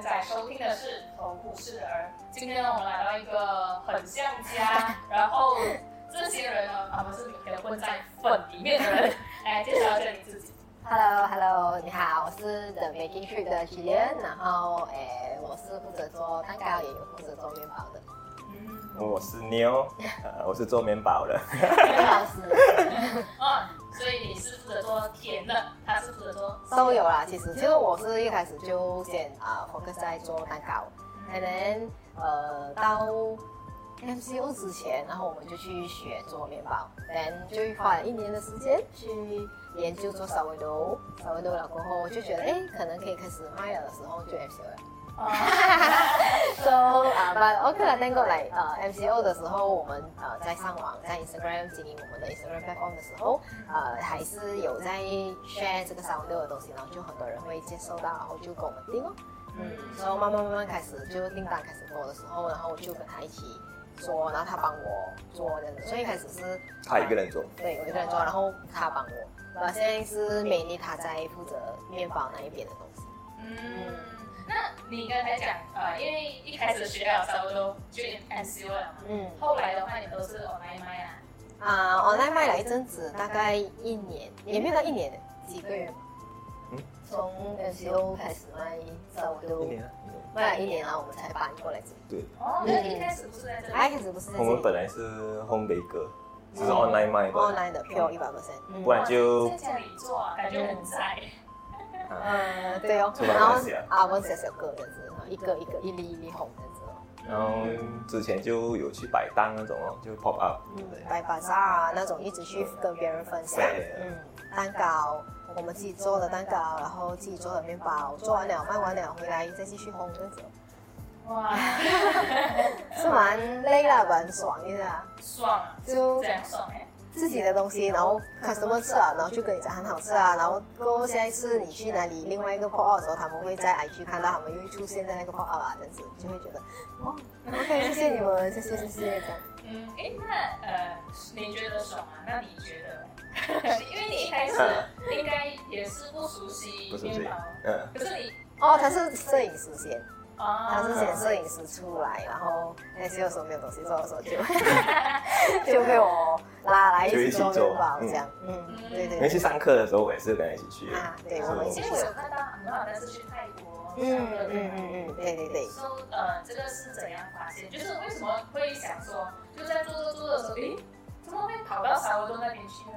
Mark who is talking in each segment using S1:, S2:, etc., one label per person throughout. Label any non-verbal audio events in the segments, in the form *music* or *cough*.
S1: 在收听的是《头部是儿》。今天呢，我们来到一个很像
S2: *laughs*
S1: 家，然后这些人呢，他们是可以混在粉里面的人。来介绍一下你自己。
S2: Hello Hello，你好，我是 The Baking Tree 的 Jillian，然后诶，我是负责做蛋糕，也有负责做面包的
S1: 嗯，
S3: 哦我是
S2: *laughs*
S3: 妞，呃，我是做面包的，
S2: 老师，
S1: 哦，所以你是负责做甜的，他是负责做
S2: 都有啦。其实，其实我是一开始就先啊、呃、focus 在做蛋糕，and then 呃到 MCO 之前，然后我们就去学做面包，then 就花了一年的时间去研究做 sourdough，sourdough 了过后就觉得诶，可能可以开始卖了的时候就 MCO 了。So 啊、uh,，But OK 了。能够来呃 MCO 的时候，我们呃在上网在 Instagram 经营我们的 Instagram platform 的时候，呃还是有在 share 这个商务的东西，然后就很多人会接受到，然后就跟我们订哦。嗯，然后慢慢慢慢开始就订单开始多的时候，然后我就跟他一起做，然后他帮我做这样子。所以一开始是
S3: 他一个人做。
S2: 对我一个人做，然后他帮我。然后现在是美丽他在负责面包那一边的东西。
S1: 嗯，那你刚才讲，呃，因为一开始学了稍微都就 MCU 了嘛，
S2: 嗯。
S1: 后来的话你都是 online 卖啊，
S2: 啊、o n l i n e 卖了一阵子，大概一年，也没有到一年，几个月吧。
S3: 嗯
S2: 从 MCO 开始卖，差不
S3: 一
S2: 多
S3: 年啊，一年
S2: 卖了一年，然后我们才搬过来这里。
S3: 对，
S1: 哦，那
S2: 嗯
S1: 一开始不是在这里，
S2: 啊，一开始不是在这
S3: 我
S2: 里，
S3: 们本来是 home baker，就是
S2: 嗯
S3: online 卖的，
S2: online 的 pure 一百 percent。
S3: 嗯不然就
S1: 在家里做啊，感觉很宅。
S3: 啊，
S2: 嗯，对哦。
S3: 出版
S2: 然后
S3: 公司啊
S2: 啊，我们小小个这样子，然后一个一个一粒一粒红这样子哦。
S3: 然后之前就有去摆档那种哦，就 pop up，
S2: 嗯，摆巴扎啊那种，一直去跟别人分享。
S3: 对
S2: 嗯，蛋糕，我们自己做的蛋糕，然后自己做的面包，做完了卖完了回来再继续烘这样子哦。
S1: 哇，
S2: 是蛮累了，蛮爽一下，
S1: 爽啊，
S2: 就
S1: 这样爽哎、
S2: 自己的东西，然后 customer 吃了，然后就跟你讲很好吃啊，然后过后下一次你去哪里另外一个 pop up 的时候，他们会在 IG 看到，他们又会出现在那个 pop up 啊，这样子就会觉得，哦，OK，谢谢你们，谢谢谢谢这样。
S1: 嗯，哎，那呃，你觉得爽啊？那你觉得？因为你一开始应该也是不熟悉
S3: 不是这
S1: 面包
S3: 样，，嗯，
S1: 可是你
S2: 哦，他是摄影师先，
S1: 啊，
S2: 他是先摄影师出来，然后那些有时候没有东西做的时候就 *laughs* 就被我拉来一起做面包这样，嗯，对
S3: 因为
S2: 对
S3: 去
S2: 对，
S3: 上课的时候我也是跟他一起去的，
S2: 啊，对，我们一
S1: 哦其
S2: 起
S1: 实
S2: 做
S1: 我，有看到很多好像是去泰国，
S2: 嗯嗯嗯嗯，对对对。
S1: 说呃，这个是怎样发现？就是为什么会想说，就在做做做的时候，
S2: 哎
S1: 诶，怎么会跑到沙窝洞那边去呢？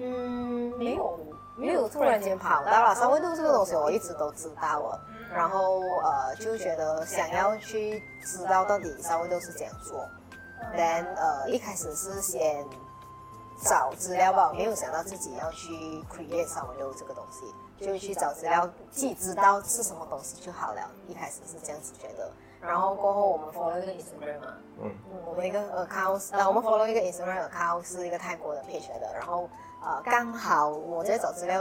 S2: 嗯，没有没有突然间跑到了三温度这个东西，我一直都知道了。
S1: 嗯
S2: 然后呃，就觉得想要去知道到底三温度是怎样做。then
S1: 嗯
S2: 呃，一开始是先找资料吧，没有想到自己要去 create 三温度这个东西，就去找资料，既知道是什么东西就好了。一开始是这样子觉得，然后过后我们 follow 一个 Instagram 嘛，
S3: 嗯，
S2: 嗯我们一个 account，呃，我们 follow 一个 Instagram account 是一个泰国的 page 来的，然后呃，刚好我在找资料，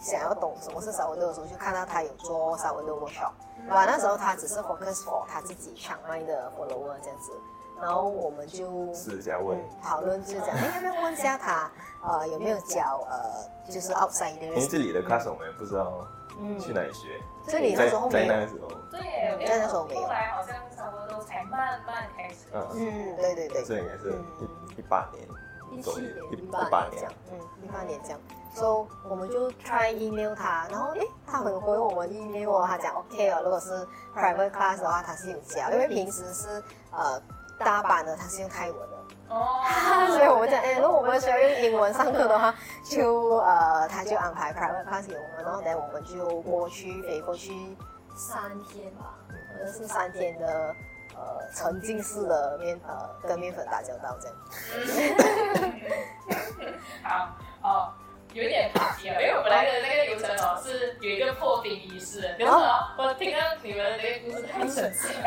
S2: 想要懂什么是沙文豆的时候，就看到他有做沙文豆 workshop，哇，
S3: 嗯
S2: 那时候他只是 focus for 他自己场外的 follower 这样子，然后我们就
S3: 私下问
S2: 嗯，讨论就是讲，哎，要不要问一下他，呃，有没有教呃，就是 outside
S3: 因为
S2: r
S3: 这里的 class 我们也不知道哦
S2: 嗯，
S3: 去哪里学，
S2: 这里那
S3: 在
S2: 时候
S3: 在
S2: 没有
S3: 那，个时候，
S1: 对，我觉
S2: 那
S1: 得
S2: 时候没
S1: 哎
S2: 有
S1: 后来好像沙窝洞才慢慢开始。
S3: 嗯，
S2: 嗯，对对对，
S3: 这应该是
S2: 嗯
S3: 一一八年左右，一八年
S2: 这样，，嗯，一八年这样。So 我们就 try email 他，然后诶，他很回我们 email 哦，他讲 OK 哦，如果是 private class 的话，他是有教，因为平时是呃大班的，他是用泰文的，
S1: 哦，
S2: 所以我们讲诶，如果我们需要用英文上课的话，就呃他就安排 private class 给我们，然后等我们就过去飞过去三天吧，可能是三天的呃沉浸式的面呃跟面粉打交道这样。
S1: *laughs* 好哦，有一点跑题了，因为我本来的那个流程哦是有一个破冰仪式的，但是哦，我听到你们的那个故事太神奇了。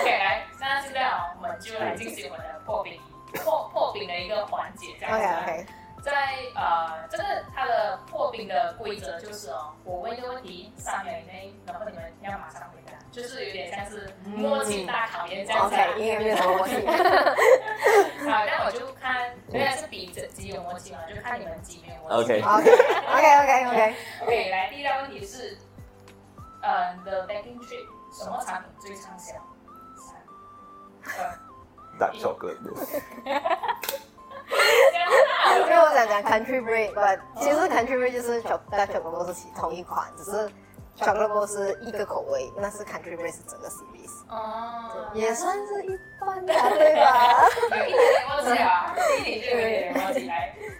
S1: OK，来，那现在哦，我们就来进行我们的破冰仪破破冰的一个环节，这样
S2: OK
S1: 子啊。
S2: OK，
S1: 在呃，这个它的破冰的规则就是哦，我问一个问题，三秒以内，然后你们要马上回答，就是有点像是默契大考验这样子啊。
S2: 嗯 OK，因为没有什么默契。
S1: 好，那我就看，原来是比这几有默契嘛，就看你们几没有默契。
S3: OK
S1: *laughs*
S2: OK OK OK OK，
S1: OK，来，第一道问题是，呃，你的 baking trip 什么产品最畅销？三二
S3: dark chocolate milk
S2: *laughs*
S1: 这样啊
S2: 因为我想讲 Country Bread，不，其实 Country Bread 就是 c h o c o l a 是其同一款，只是 c h o c o l a 是一个口味，那是 Country Bread 是整个 series，
S1: 哦，
S2: 也算是一般吧，对 *laughs* 吧？
S1: 有一点点忘记了，第一题就有一点忘记来。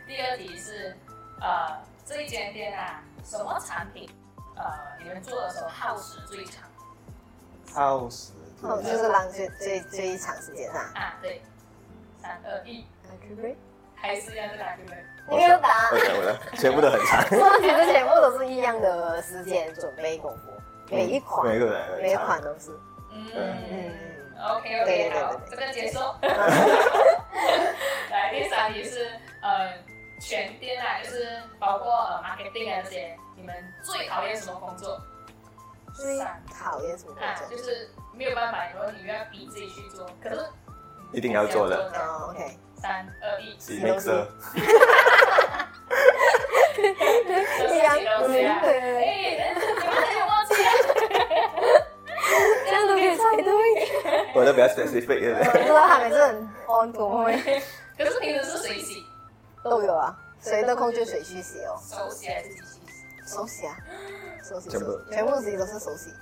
S1: 第二题是，呃，这一间店啊，什么产品，呃，你们做的时候耗时最长
S3: house
S2: 哦，就是浪费最最长时间啊
S1: 啊？对，三二一，
S2: ，Country Bread，
S1: 还是要这两个人。
S2: 你没有答
S3: *laughs* 我，讲我讲，全部都很长，
S2: 说其实全部都是一样的时间准备功夫，每一款
S3: 每一个人
S2: 每一
S3: 很
S2: 款
S3: 长，
S2: 都是，
S1: 嗯
S2: 嗯，
S1: ，OK
S2: 对
S1: OK，
S2: 对对
S1: 好，这
S2: 对
S1: 个结束。来，第三题是，呃，全店啊，就是包括呃 marketing 啊这些，你们最讨厌什么工作？
S2: 最
S1: 三
S2: 讨厌什么
S1: 啊，
S2: 工
S1: 就
S2: 作？
S1: 是没有办法，如果你要逼自己去做，可是
S3: 一定要做的。
S2: 哦，OK，
S1: 三二
S3: *laughs*
S1: 一，
S3: 洗 mixer
S1: 这是
S2: 一样，
S1: 几东
S2: 嗯，
S1: 西啊？
S2: 对对，
S1: 哎，你们还有忘记啊？
S2: 这样都可以猜对。
S3: 我都比较 specific 对
S2: *laughs*
S3: 不
S2: 我
S3: 对？
S2: 知道他们是很 on 口味，
S1: 可是平时是谁洗？
S2: 都 *laughs* 有啊，谁得空就谁去洗哦，
S1: 手洗还是机器洗？
S2: 手洗啊，手洗，
S3: 全部
S2: 手洗全部自己都是手洗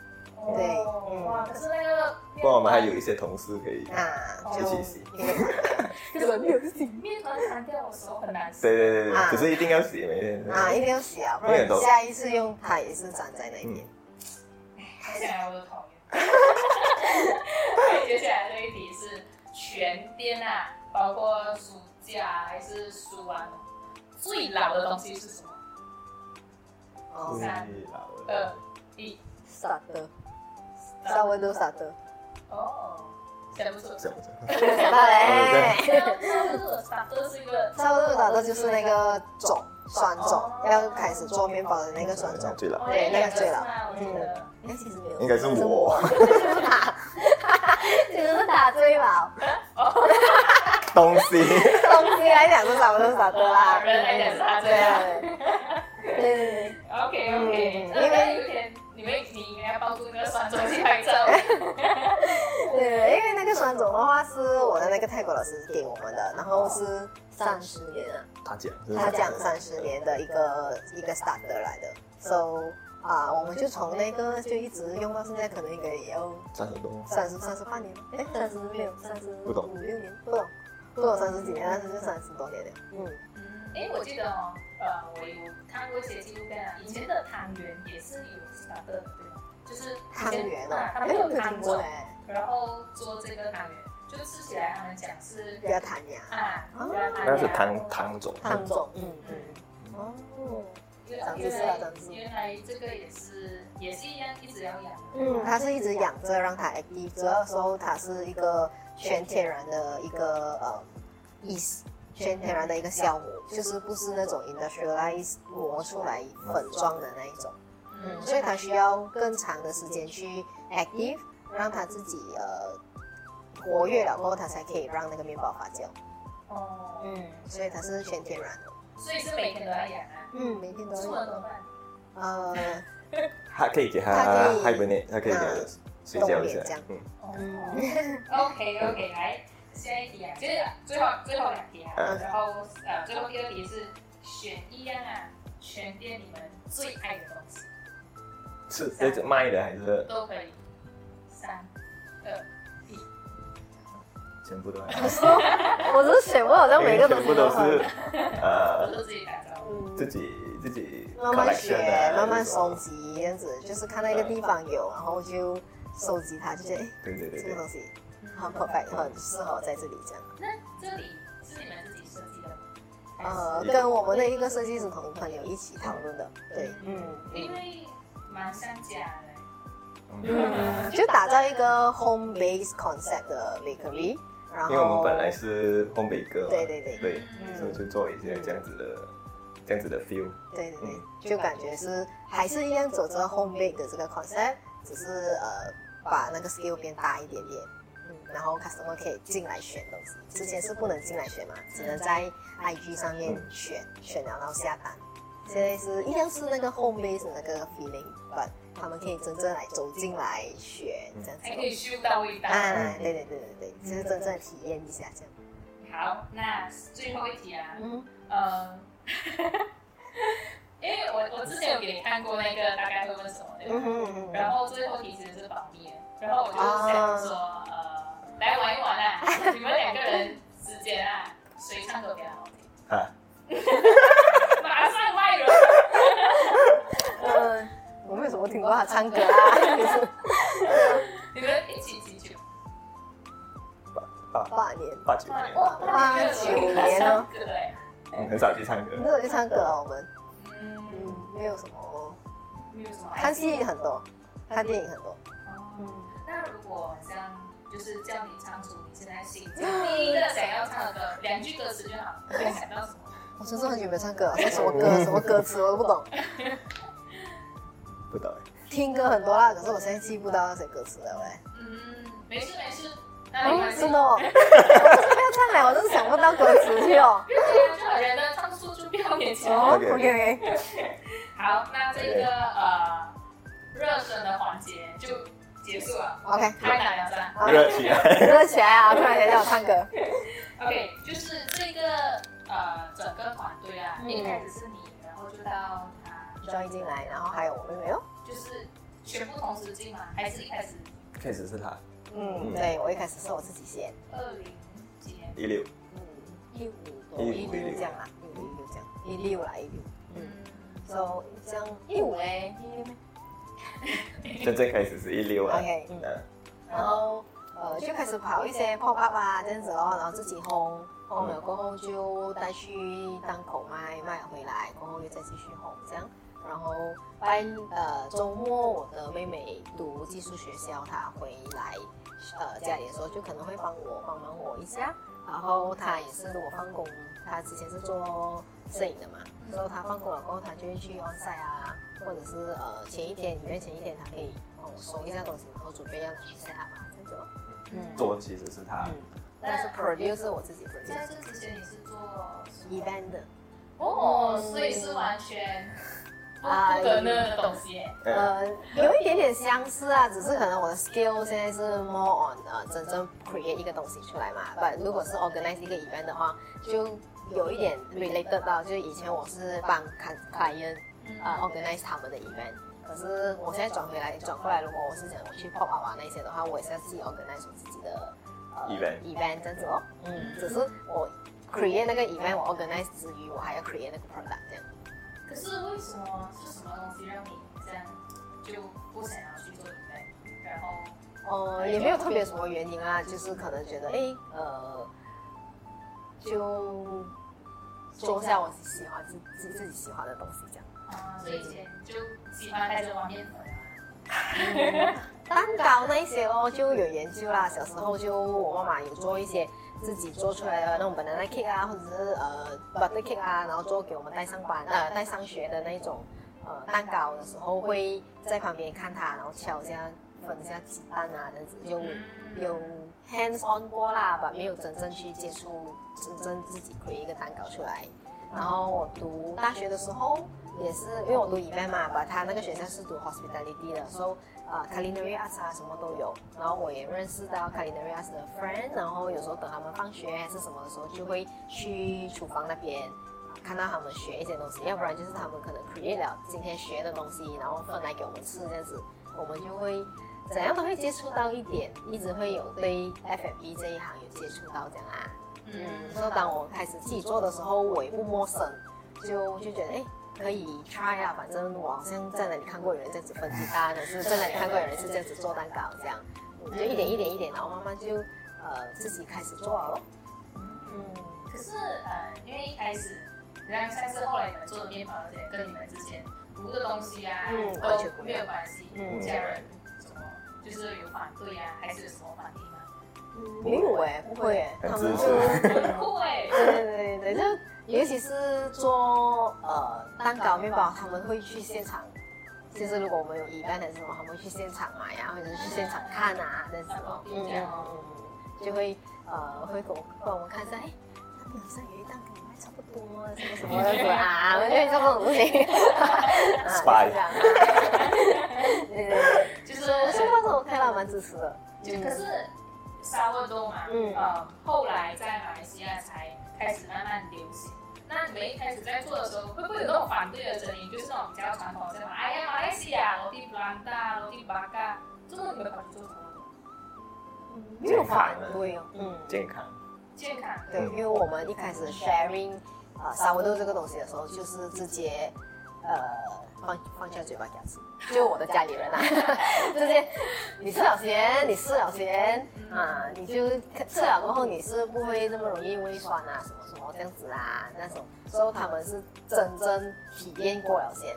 S2: 对
S1: 哦哇，
S3: 嗯
S1: 可是那个，
S3: 不过我们还有一些同事可以，
S2: 啊，就
S3: 一起哦洗
S2: 根本没有洗
S1: 面团弹掉的时候很难洗。
S3: 对对对
S2: 啊
S3: 对，可是一定要洗每天。对 *laughs*
S2: 啊，一定要洗啊，不
S3: 没
S2: 然
S3: 有都嗯
S2: 下一次用它也是粘在那边。
S1: 接下来我的讨厌。对，接下来这一题是全编啊，包括暑假还是暑完，最老的东西是什么？
S2: 哦嗯
S3: 对啦
S1: 呃
S3: 我， *laughs*
S1: 一，
S2: 傻的，稍微都傻
S3: *laughs*
S2: 的，
S1: 哦，想不出，
S3: 想不出来
S2: 傻的嘞。
S1: 傻都是一个，
S2: 稍微都傻的就是那个种酸种
S1: 哦，
S2: 要开始做面包的那个酸种。
S3: 最老，
S1: 对，我觉得。
S2: 那其实没有，
S3: 哦应该是我， *laughs*
S2: 其实是打最老。
S3: 东西
S2: 东西来讲是少都少的
S1: *laughs*
S2: 啦，
S1: 人来讲是他对啊
S2: 对对对，
S1: OK OK，那那有一天你们你应该帮助那个酸中去拍照。
S2: 对对，因为那个酸种的话是我的那个泰国老师给我们的，然后是三十年啊，
S3: 他讲，
S2: *laughs* 他讲三十年的一个一个 starter 来的，so 啊，我们就从那个就一直用到现在，可能应该也要
S3: 三十多，
S2: 三十三十半年，哎，三十没有，三十
S3: 不懂
S2: 五六年，不懂，不懂三十几年，但是就三十多年了，嗯，
S1: 哎，我记得哦，呃，我有看过一些纪录片啊，以前的汤圆也是有傻的，对吧？就是
S2: 汤圆哦，
S1: 他
S2: 哎，
S1: 们
S2: 我
S1: 有
S2: 没有听
S1: 汤
S2: 过
S1: 种，
S2: 哎，
S1: 然后做这个汤圆，就吃起来他们讲是
S2: 不要谈呀，
S1: 啊，
S3: 那是汤汤种，
S2: 汤种，嗯嗯。哦，
S1: 原来原来这个也是也是一样一直要养，
S2: 嗯，它是一直养着让它 active，主要时候它是一个全天然的一个呃 yeast，全天然的一个酵母，就是不是那种 industrialized 磨出来粉状的那一种，嗯，所以它需要更长的时间去 active，让它自己呃活跃了过后，它才可以让那个面包发酵，
S1: 哦，
S2: 嗯，所以它是全天然的，
S1: 所以是每天都要养啊，
S2: 嗯，每天都
S1: 出门怎么
S2: 有，
S1: 办？
S2: 呃，
S3: 他可以给他
S2: 它可以
S3: hibernate，他可以给他
S2: 嗯
S3: 睡觉一
S2: 冬眠这
S3: 下
S2: 样，
S3: 嗯，
S1: OK OK，来下一题啊，就是最后最后两题啊，
S3: 嗯
S1: 然后呃，最后第二题是选一样啊，全店你们最爱的东西
S3: 是这种卖的还是
S1: 都可以。三二一，
S3: 全部都卖？
S2: 我是选过，好像每个
S3: 全
S2: *laughs*
S3: 部
S2: 都
S3: 都
S2: 很 *laughs*
S3: 是呃
S1: 我都自己打招呼。
S2: 嗯
S3: 自己自己
S2: 慢慢
S3: collection
S2: 学
S3: 的，，
S2: 慢慢
S3: 就是说
S2: 收，集，这样子就是看到一个地方有，然后就收集它，就觉得哎，
S3: 对对对
S2: 这个
S3: 对，
S2: 东西
S1: 嗯
S2: 很 perfect，很适合在这里这样。
S1: 那这里是你们自己设计的吗？
S2: 呃，
S3: 哎
S1: 还是
S2: 跟我们的一个设计师同朋友一起讨论的，对，嗯
S1: 因为蛮像家的，
S3: 嗯
S2: 嗯，就打造一个 home base concept 的 bakery，然后
S3: 因为我们本来是烘焙哥嘛，
S2: 对对对
S3: 对，
S1: 嗯
S3: 所以就做一些这样子的这样子的 feel，
S2: 对对
S3: 嗯
S2: 对，就感觉是还是一样走着 home bake 的这个 concept，只是呃把那个 scale 变大一点点，嗯，然后 customer 可以进来选东西，之前是不能进来选嘛，只能在 IG 上面选，选了然后下单，现在是一样是那个 home base 的那个 feeling，but 他们可以真正来走进来学这样子
S1: 还可。以嗅到味道。
S2: 啊，对对对对对，就是真正体验一下这样。
S1: 好，那最后一题啊，
S2: 嗯，
S1: 呃， *laughs* 因为我我之前有给你看过那个大概会问什么对吧？
S2: 嗯哼啊嗯哼
S1: 然后最后题其实是保密的，然后我就想说，呃，来玩一玩
S2: *laughs*
S1: 啊，你们两个人之间啊，谁唱歌比较好听？
S3: 啊，
S1: 马上卖人，
S2: 呃，我没有什么听过他唱歌啊，
S1: *laughs* 你们一起几久？
S3: 八
S2: 八年
S3: 八九年，
S2: 哇八九年哦，
S1: 对对？
S3: 嗯，很少去唱
S2: 你
S3: 歌，
S2: 这去唱歌啊，我们
S1: 嗯，
S2: 嗯没有什么，
S1: 没有什么。
S2: 看戏很多，看电影很多，
S1: 哦
S2: 嗯，
S1: 那如果像就是叫你唱出你现在心中第一个想要唱的歌，两句歌词就好，你会想到什么？
S2: 我真是很久没唱歌 *laughs* 了，唱什么歌什么歌词我都不懂，
S3: 不懂
S2: 听歌很多啦，可是我现在记不到那些歌词了喂。
S1: 嗯，没事没事，那没
S2: 哦
S1: 关，系。
S2: 真的、 *laughs* 哦，我真是不要唱了，我真是想不到歌词去哦。
S1: 因为这样就好像在唱诉就不要勉强。
S2: 哦
S3: OK，OK
S2: ，OK OK，
S1: 好，那这个呃热身的环节就结束了，
S2: OK，
S1: 太难了是吧
S2: 好，
S3: 热 *laughs* 起来，
S2: 热起来啊！突然间叫我唱歌，
S1: ？OK，就是这个呃整个团队啊，
S2: 嗯
S1: 一开始是你，然后就到呃他，
S2: 装进来，然后还有我妹妹哦。
S1: 就是全部同时进吗？还是一开始
S3: 确实是他
S2: 嗯，
S3: 嗯
S2: 对我一开始是我自己先，
S1: 二零几年？
S3: 一六，
S2: 嗯，一五多，
S3: 一
S2: 一
S3: 五
S2: 六这样啦，一五一六这样，一六啦，一六。
S1: 嗯，
S2: So 这样一五嘞，一六咩
S3: 真正开始是一六啊，
S2: ？OK，嗯，
S3: 嗯，
S2: 然后呃就开始跑一些 pop up 啊这样子哦，然后自己烘，烘了过后就带去当口卖，卖回来过后又再继续烘这样。然后拜呃周末我的妹妹读寄宿学校，她回来呃家里的时候就可能会帮我帮忙我一下。然后她也是我放工，她之前是做摄影的嘛，
S1: 嗯
S2: 然后她放工了过后，她就会去 on site 啊，或者是呃前一天，里面前一天她可以帮我收一下东西，然后准备要拿去 set up 啊，这样子哦。嗯，
S3: 做其实是他
S2: 嗯，但是 produce 是我自己
S1: 在
S2: produce
S1: 这之前你是做什么
S2: event 的，
S1: 哦，所以是完全不
S2: 嗯啊
S1: 不可能的东西耶。
S3: 嗯，
S2: 呃，有一点点相似啊，只是可能我的 skill 现在是 more on 呃，真正 create 一个东西出来嘛。But 如果是 organize 一个 event 的话，就有一点 related 到，就是以前我是帮 cli- client 啊、
S1: 嗯
S2: organize 他们的 event，可是我现在转回来转过来，如果我是想我去 pop up 啊那些的话，我也是要自己 organize 我自己的呃
S3: Event
S2: event 这样子哦。嗯，只是我 create 那个 event，我 organize 之余，我还要 create 那个 product 这样。
S1: 可是为什么是什么东西让你这样就不想要去做 event？然后
S2: 哦，也没有特别什么原因啊，就是可能觉得，哎，呃，就做一下我自己喜欢自自自己喜欢的东西这样。
S1: 啊、所以以前就喜欢开始玩面粉啊，
S2: 蛋糕那一些咯，就有研究啦。小时候就我妈妈有做一些自己做出来的那种 banana cake 啊，或者是呃 butter cake 啊，然后做给我们带上班呃带上学的那种呃蛋糕的时候，会在旁边看它，然后敲一下粉一下鸡蛋啊，这样子就。
S1: 嗯
S2: 有 hands on 过啦，吧，没有真正去接触，真正自己 create 一个蛋糕出来。然后我读大学的时候，也是因为我读 event 嘛，把他那个学校是读 hospitality 的，所以啊 culinary arts 啊什么都有。然后我也认识到 culinary arts 的 friend，然后有时候等他们放学还是什么的时候，就会去厨房那边。啊看到他们学一些东西，要不然就是他们可能 create 了今天学的东西，然后分来给我们吃这样子，我们就会怎样都会接触到一点，一直会有对 F&B 这一行有接触到这样啊。嗯，所以当我开始自己做的时候，我也不陌生，就就觉得哎。诶可以 try 啊，反正我好像在哪里看过有人这样子分鸡蛋，可是在哪里看过有人是这样子做蛋糕这样，我就一点一点一点，然后慢慢就呃自己开始做了咯。嗯，
S1: 可是呃，因为一开始，然后像是后来你们做的面包这些，跟你们之前读的东西啊，
S2: 嗯完全
S1: 都
S2: 不一
S1: 没
S2: 样
S1: 有关系。
S2: 嗯
S1: 家人什么就是有反对啊，还是有什么反应吗？
S2: 没有哎、不会哎、
S3: 很
S2: 他们就
S3: 自私
S1: 很酷哎、
S2: 对对对对，就尤其是做呃蛋糕、面包，他们会去现场。就是如果我们有 event 还是什么，他们会去现场买啊，或者是去现场看啊，这样子哦。嗯嗯嗯嗯，就会呃会跟我跟我们看一下，哎，他们好像有一档跟你卖差不多，什么什么什么啊，我就会做这种东西。啊就是这
S3: Spy
S2: 样对对对，
S1: 就是
S2: 我是那时候看到蛮支持的，
S1: 就可是沙沃多嘛，
S2: 嗯
S1: 呃，后来在马来西亚才开始慢慢流行。那你们一开始在做的时候，会不会有那种反对的声音？就是那种比较传统的，哎呀，马来西亚罗蒂布兰达、罗蒂巴嘎，这个你们跑去做什么？
S2: 没有反对哦，嗯，
S3: 健康，
S1: 健康的，
S2: 对，因为我们一开始 sharing 啊沙窝豆这个东西的时候，就是直接呃放放下嘴巴给 *laughs* 他吃，就我的家里人 *laughs* 啊，直接你吃了咸，你吃了咸啊，你就吃了过后你是不会这么容易胃酸啊什么什么这样子啊那种，所以他们是真正体验过了先。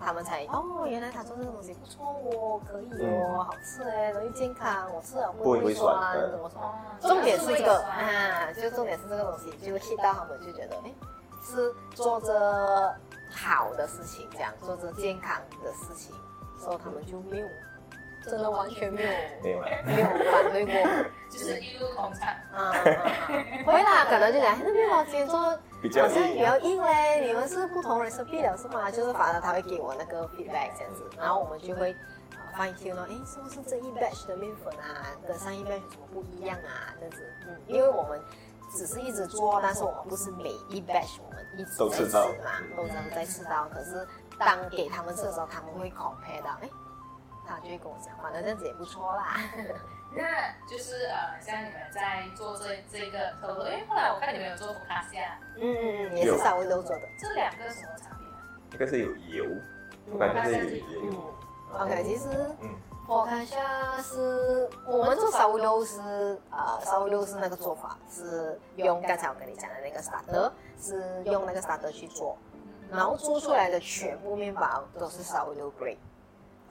S2: 他们才哦，原来他做这个东西不错哦，可以哦，好吃哎，容易健康，我吃了不会
S3: 不会
S2: 胃
S3: 胃
S2: 酸
S3: 酸，
S2: 怎么什么，
S1: 哦，
S2: 重点是这个
S1: 胃酸
S2: 啊，就重点是这个东西，就 hit 到他们就觉得，哎，是做着好的事情，这样做着健康的事情，所以他们就没有，真的完全没有
S3: 没有啊，
S2: 没有反对 *laughs* 过
S1: 就是一路同唱。
S2: 啊，会啦，可能就讲，哎那没有啊，今天做好
S3: 比较
S2: 像比较硬嘞，你们是不同人生病了是吗？就是反正他会给我那个 feedback 这样子，然后我们就会。啊 fine tune 咯，哎，是不是这一 batch 的面粉啊，跟上一 batch 有什么不一样啊？这样子，嗯，因为我们只是一直做，但是我们不是每一 batch 我们一直
S3: 都
S2: 在
S3: 吃
S2: 吃
S3: 到
S2: 嘛，都能在吃到。可是当给他们吃的时候，他们会 compare 到，哎，他就会跟我讲，反正这样子也不错啦。
S1: 那就是呃，像你们在做这这个投入，因为后来我看你们有做佛卡西亚，
S2: 嗯嗯嗯，也是稍微都做的。
S1: 这两个有什么差别啊？
S3: 一个是有油，我
S2: 嗯
S3: 感觉是有油，
S2: ，OK，其实
S3: 嗯，
S2: 我看一下是，我们做烧肉是呃烧肉是那个做法是用刚才我跟你讲的那个 starter，是用那个 starter 去做，然后做出来的全部面包都是烧肉 grade，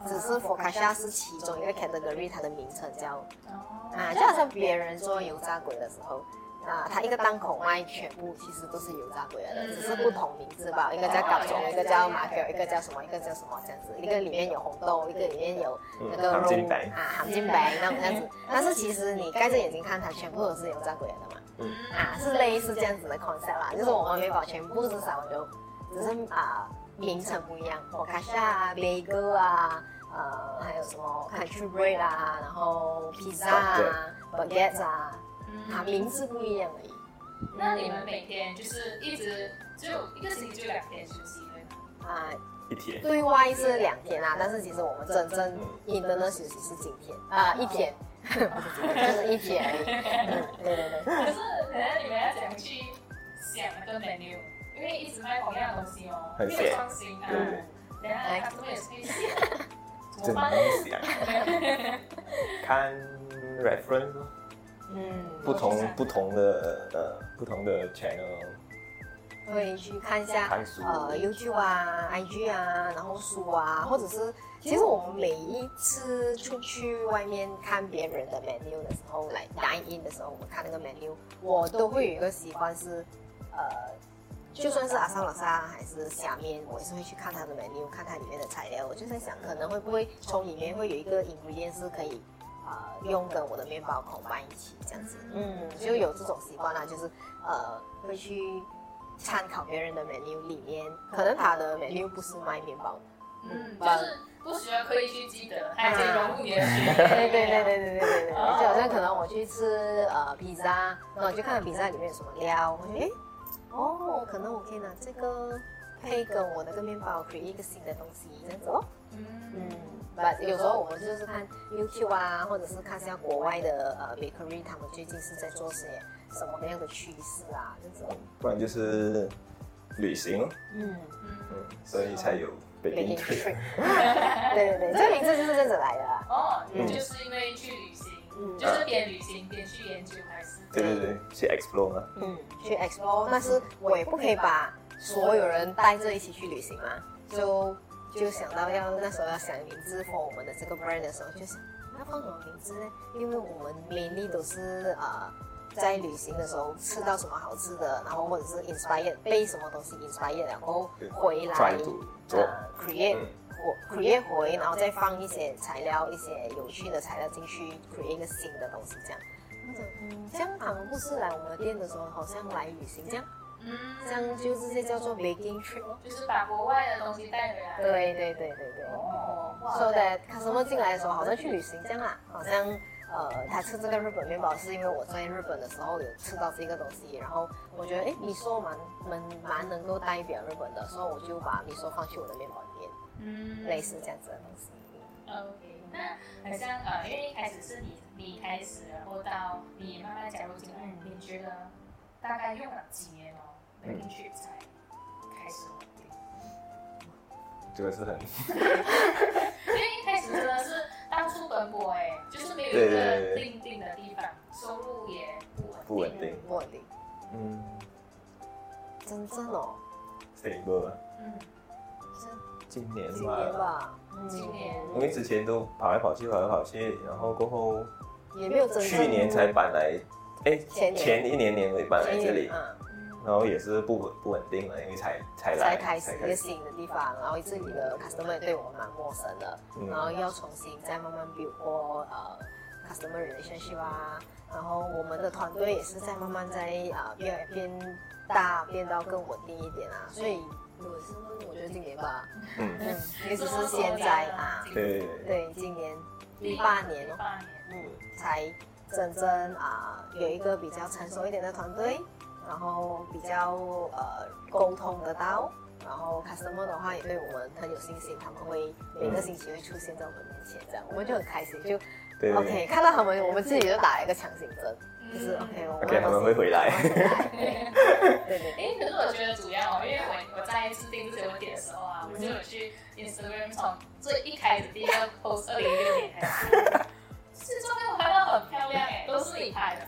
S2: 只是 f o c a c a 是其中一个 category，它的名称叫
S1: 哦
S2: 啊，就好像别人做油炸鬼的时候。啊，它一个档口卖全部其实都是油炸鬼来的，只是不同名字吧，一个叫高中，一个叫马格，一个叫什么，一个叫什么这样子，一个里面有红豆，一个里面有
S3: 嗯
S2: 那个
S3: 糖
S2: 肉
S3: 精白
S2: 啊，含金白那种样子。但是其实你盖着眼睛看，它全部都是油炸鬼来的嘛，
S3: 嗯
S2: 啊，是类似这样子的 concept 啦，就是我们美宝全部都是烧肉，只是啊、名称不一样，火卡夏啊、bagel 啊，呃，还有什么 country bread 啊，然后 pizza 啊、baguette 啊，啊，
S1: 嗯，
S2: 名字不一样而已。
S1: 那你们每天就是一直就一个星期就两天休息对吗？
S2: 啊、
S3: 一天，
S2: 对外是两天啦，但是其实我们真正 internal 休息是今天嗯啊、一 *laughs* 天，就是一天而已。嗯，对对对。
S1: 可是可能你们要怎样去想那个 menu，因为一直卖同样的东西哦，
S3: 很
S1: 没
S3: 闲
S1: 有创新啊
S3: 对对，
S1: 等下他们也是会写，怎
S3: 真
S1: 么办？
S3: 的
S2: *laughs*
S3: 想看 reference 咯
S2: 嗯，
S3: 不同不同的呃不同的 channel，
S2: 会去看一下
S3: 看书
S2: 呃 YouTube 啊、IG 啊，然后书啊，或者是其实我们每一次出去外面看别人的 menu 的时候，来 dine in 的时候，我们看那个 menu，我都会有一个习惯是，呃，就算是阿萨拉沙还是下面，我也是会去看它的 menu，看它里面的材料，我就在想可能会不会从里面会有一个 ingredient 是可以。呃，用跟我的面包口拌一起这样子，嗯，就有这种习惯啦，就是呃，会去参考别人的 menu 里面，可能他的 menu 不是卖面包的，
S1: 嗯，就是不需要刻意去记得，它已经融入你的血液。
S2: 对对对对对对对对，就
S1: 哦
S2: 好像可能我去吃呃披萨，那我就看披萨里面有什么料，我觉得诶哦，可能我可以拿这个配跟我那个面包 create 一个新的东西，这样子哦。嗯
S1: 嗯，
S2: ，but 有时候我们就是看 YouTube 啊，或者是看一下国外的呃 bakery，他们最近是在做些什么样的趋势啊，这样子哦。
S3: 不然就是旅行咯，
S2: 嗯
S1: 嗯，
S3: 嗯，所以才有北京
S2: ，baking
S3: 腿，
S2: trip，对对对，这个名字就是这样子来的啦。
S1: 哦，
S2: 嗯
S1: 就是因为去旅行，
S2: 嗯
S1: 就是边旅行边去研究，还是
S3: 对对对，去 explore 嘛，
S2: 嗯，去 explore，但是我也不可以把所有人带着一起去旅行嘛，就就想到要那时候要想名字 for 我们的这个 brand 的时候，就想要放什么名字呢？因为我们 mainly 都是呃在旅行的时候吃到什么好吃的，然后或者是 inspired 被什么东西 inspired，然后回来
S3: 再度做，
S2: 呃 create
S3: 嗯
S2: 我 create 回，然后再放一些材料、一些有趣的材料进去，create 一个新的东西这样。或者嗯，像他们不是来我们店的时候，好像来旅行这样，
S1: 嗯，
S2: 这样就直接叫做 baking trip 咯。
S1: 就是把国外的东西带回来。
S2: 对对对对对。
S1: 哦，哇
S2: So that customer 进来的时候，好像去旅行这样啦，好像呃，他吃这个日本面包是因为我在日本的时候有吃到这个东西，然后我觉得诶，米说蛮蛮蛮能够代表日本的，所以我就把米说放去我的面包里面，
S1: 嗯，
S2: 类似这样子的东西。
S1: OK，那好像呃，因为一开始是你你开始，然后到你慢慢加入进来，你觉得大概用了几年哦，baking trip 才开始稳定？
S3: 这个是很
S1: 因为一开始真的是到处奔波哎、就是没有一
S3: 对对
S1: 个
S3: 对对
S1: 定定的地方，收入也不稳定。
S3: 不稳定，
S2: 不稳定，
S3: 嗯
S2: 真正哦，
S3: stable 吧。
S1: 嗯，
S2: 是
S3: 今年
S2: 今年
S3: 吧，
S2: 吧，嗯
S1: 今年
S3: 因为之前都跑来跑去，跑来跑去，然后过后
S2: 也没有真正
S3: 去年才搬来，哎，
S2: 前年
S3: 前一年年尾搬来这里，
S2: 嗯，
S1: 嗯
S3: 然后也是不稳不稳定了，因为才才
S2: 才
S3: 来
S2: 开始一个新的地方，然后这里的 customer 对我蛮陌生的，
S3: 嗯
S2: 然后要重新再慢慢 build 过呃 customer relationship 啊，然后我们的团队也是在慢慢在呃越来变大，变到更稳定一点啊，所以如果是问我觉得今年吧，
S3: 嗯，
S2: 嗯，也只是现在啊，
S3: 对，
S2: 对，今年第八年哦，
S1: 八年，
S2: 嗯，才真正啊、有一个比较成熟一点的团队，然后比较呃沟通得到，然后 customer 的话也对我们很有信心，他们会每个星期会出现在我们面前，这样我们就很开心，就
S3: 对
S2: OK 看到他们，我们自己就打了一个强心针，
S1: 嗯
S2: 就是 OK 我
S3: OK，他们会回来
S2: 他们会回来对对对。
S1: 哎，可是我觉得主要哦，因为我我在制定这些问题的时候啊，我就有去 Instagram 从最一开始第一个 post 二零一六年开始，是照片我拍到很漂亮哎，都是你拍的，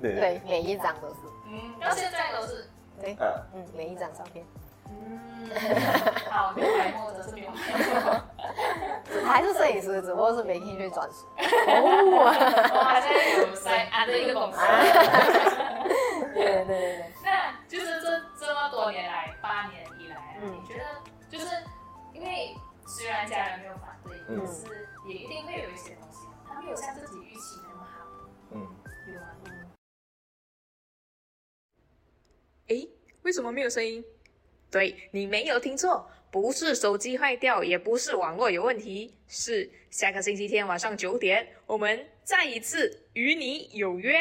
S3: 对
S2: 对，每一张都是，
S1: 嗯，到现在都是，
S2: 对，
S3: 啊，
S2: 嗯，每一张照片，
S1: 嗯，好，没有拍过，真是没有拍过，
S2: 还是摄影师，只不过是媒体去专
S3: *laughs*
S2: 属。哦， *laughs*
S1: 我好像有在安的一个公司。
S2: 对对对对。
S1: 那就是这这么多年来，八年以来啊，
S2: 嗯
S1: 你觉得就是因为虽然家人没有反对，
S3: 嗯
S1: 但是也一定会有一些东西，他没有像自己预期那么好，
S3: 嗯，
S1: 有吗？嗯
S4: 诶，为什么没有声音？对你没有听错，不是手机坏掉，也不是网络有问题，是下个星期天晚上九点，我们再一次与你有约。